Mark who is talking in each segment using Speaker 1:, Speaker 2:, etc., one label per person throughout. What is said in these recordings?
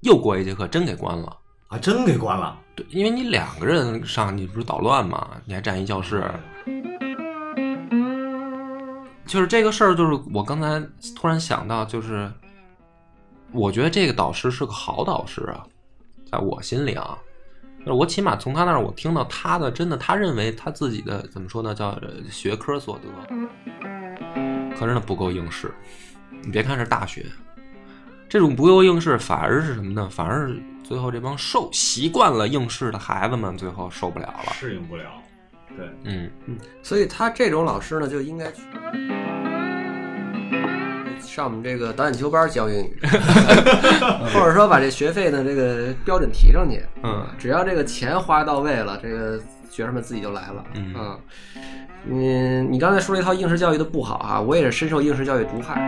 Speaker 1: 又过一节课真给关了。
Speaker 2: 啊，真给关了。
Speaker 1: 对，因为你两个人上，你不是捣乱嘛，你还占一教室。就是这个事儿，就是我刚才突然想到，就是我觉得这个导师是个好导师啊，在我心里啊，就是我起码从他那儿我听到他的真的，他认为他自己的怎么说呢，叫呃学科所得，可是呢不够应试。你别看是大学，这种不够应试，反而是什么呢？反而是最后这帮受习惯了应试的孩子们，最后受不了了。
Speaker 2: 适应不了。对，
Speaker 1: 嗯，
Speaker 3: 所以他这种老师呢，就应该去上我们这个导演修班儿教英 语，或者说把这学费呢这个标准提上去。啊
Speaker 1: 嗯，
Speaker 3: 只要这个钱花到位了，这个学生们自己就来了。
Speaker 1: 嗯
Speaker 3: 嗯，你你刚才说了一套应试教育的不好啊，我也是深受应试教育毒害。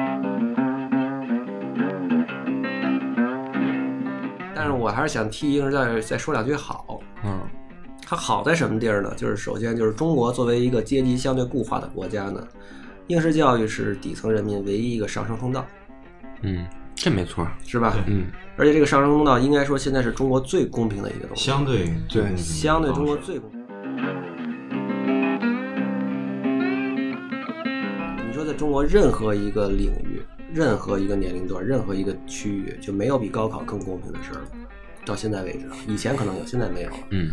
Speaker 3: 但是我还是想替应试教育再说两句好。
Speaker 1: 嗯
Speaker 3: 它好在什么地儿呢？就是首先就是中国作为一个阶级相对固化的国家呢，应试教育是底层人民唯一一个上升通道，
Speaker 1: 嗯，这没错儿。
Speaker 3: 是吧？
Speaker 2: 对
Speaker 1: 嗯
Speaker 3: 而且这个上升通道应该说现在是中国最公平的一个东西，
Speaker 2: 相对
Speaker 1: 对
Speaker 2: 对
Speaker 3: 相对中国最公平。你说在中国任何一个领域、任何一个年龄段、任何一个区域，就没有比高考更公平的事儿了。到现在为止啊，以前可能有，现在没有了。
Speaker 1: 嗯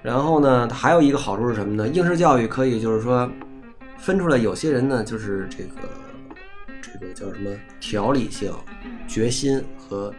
Speaker 3: 然后呢，它还有一个好处是什么呢？应试教育可以就是说分出来，有些人呢就是这个这个叫什么条理性、决心和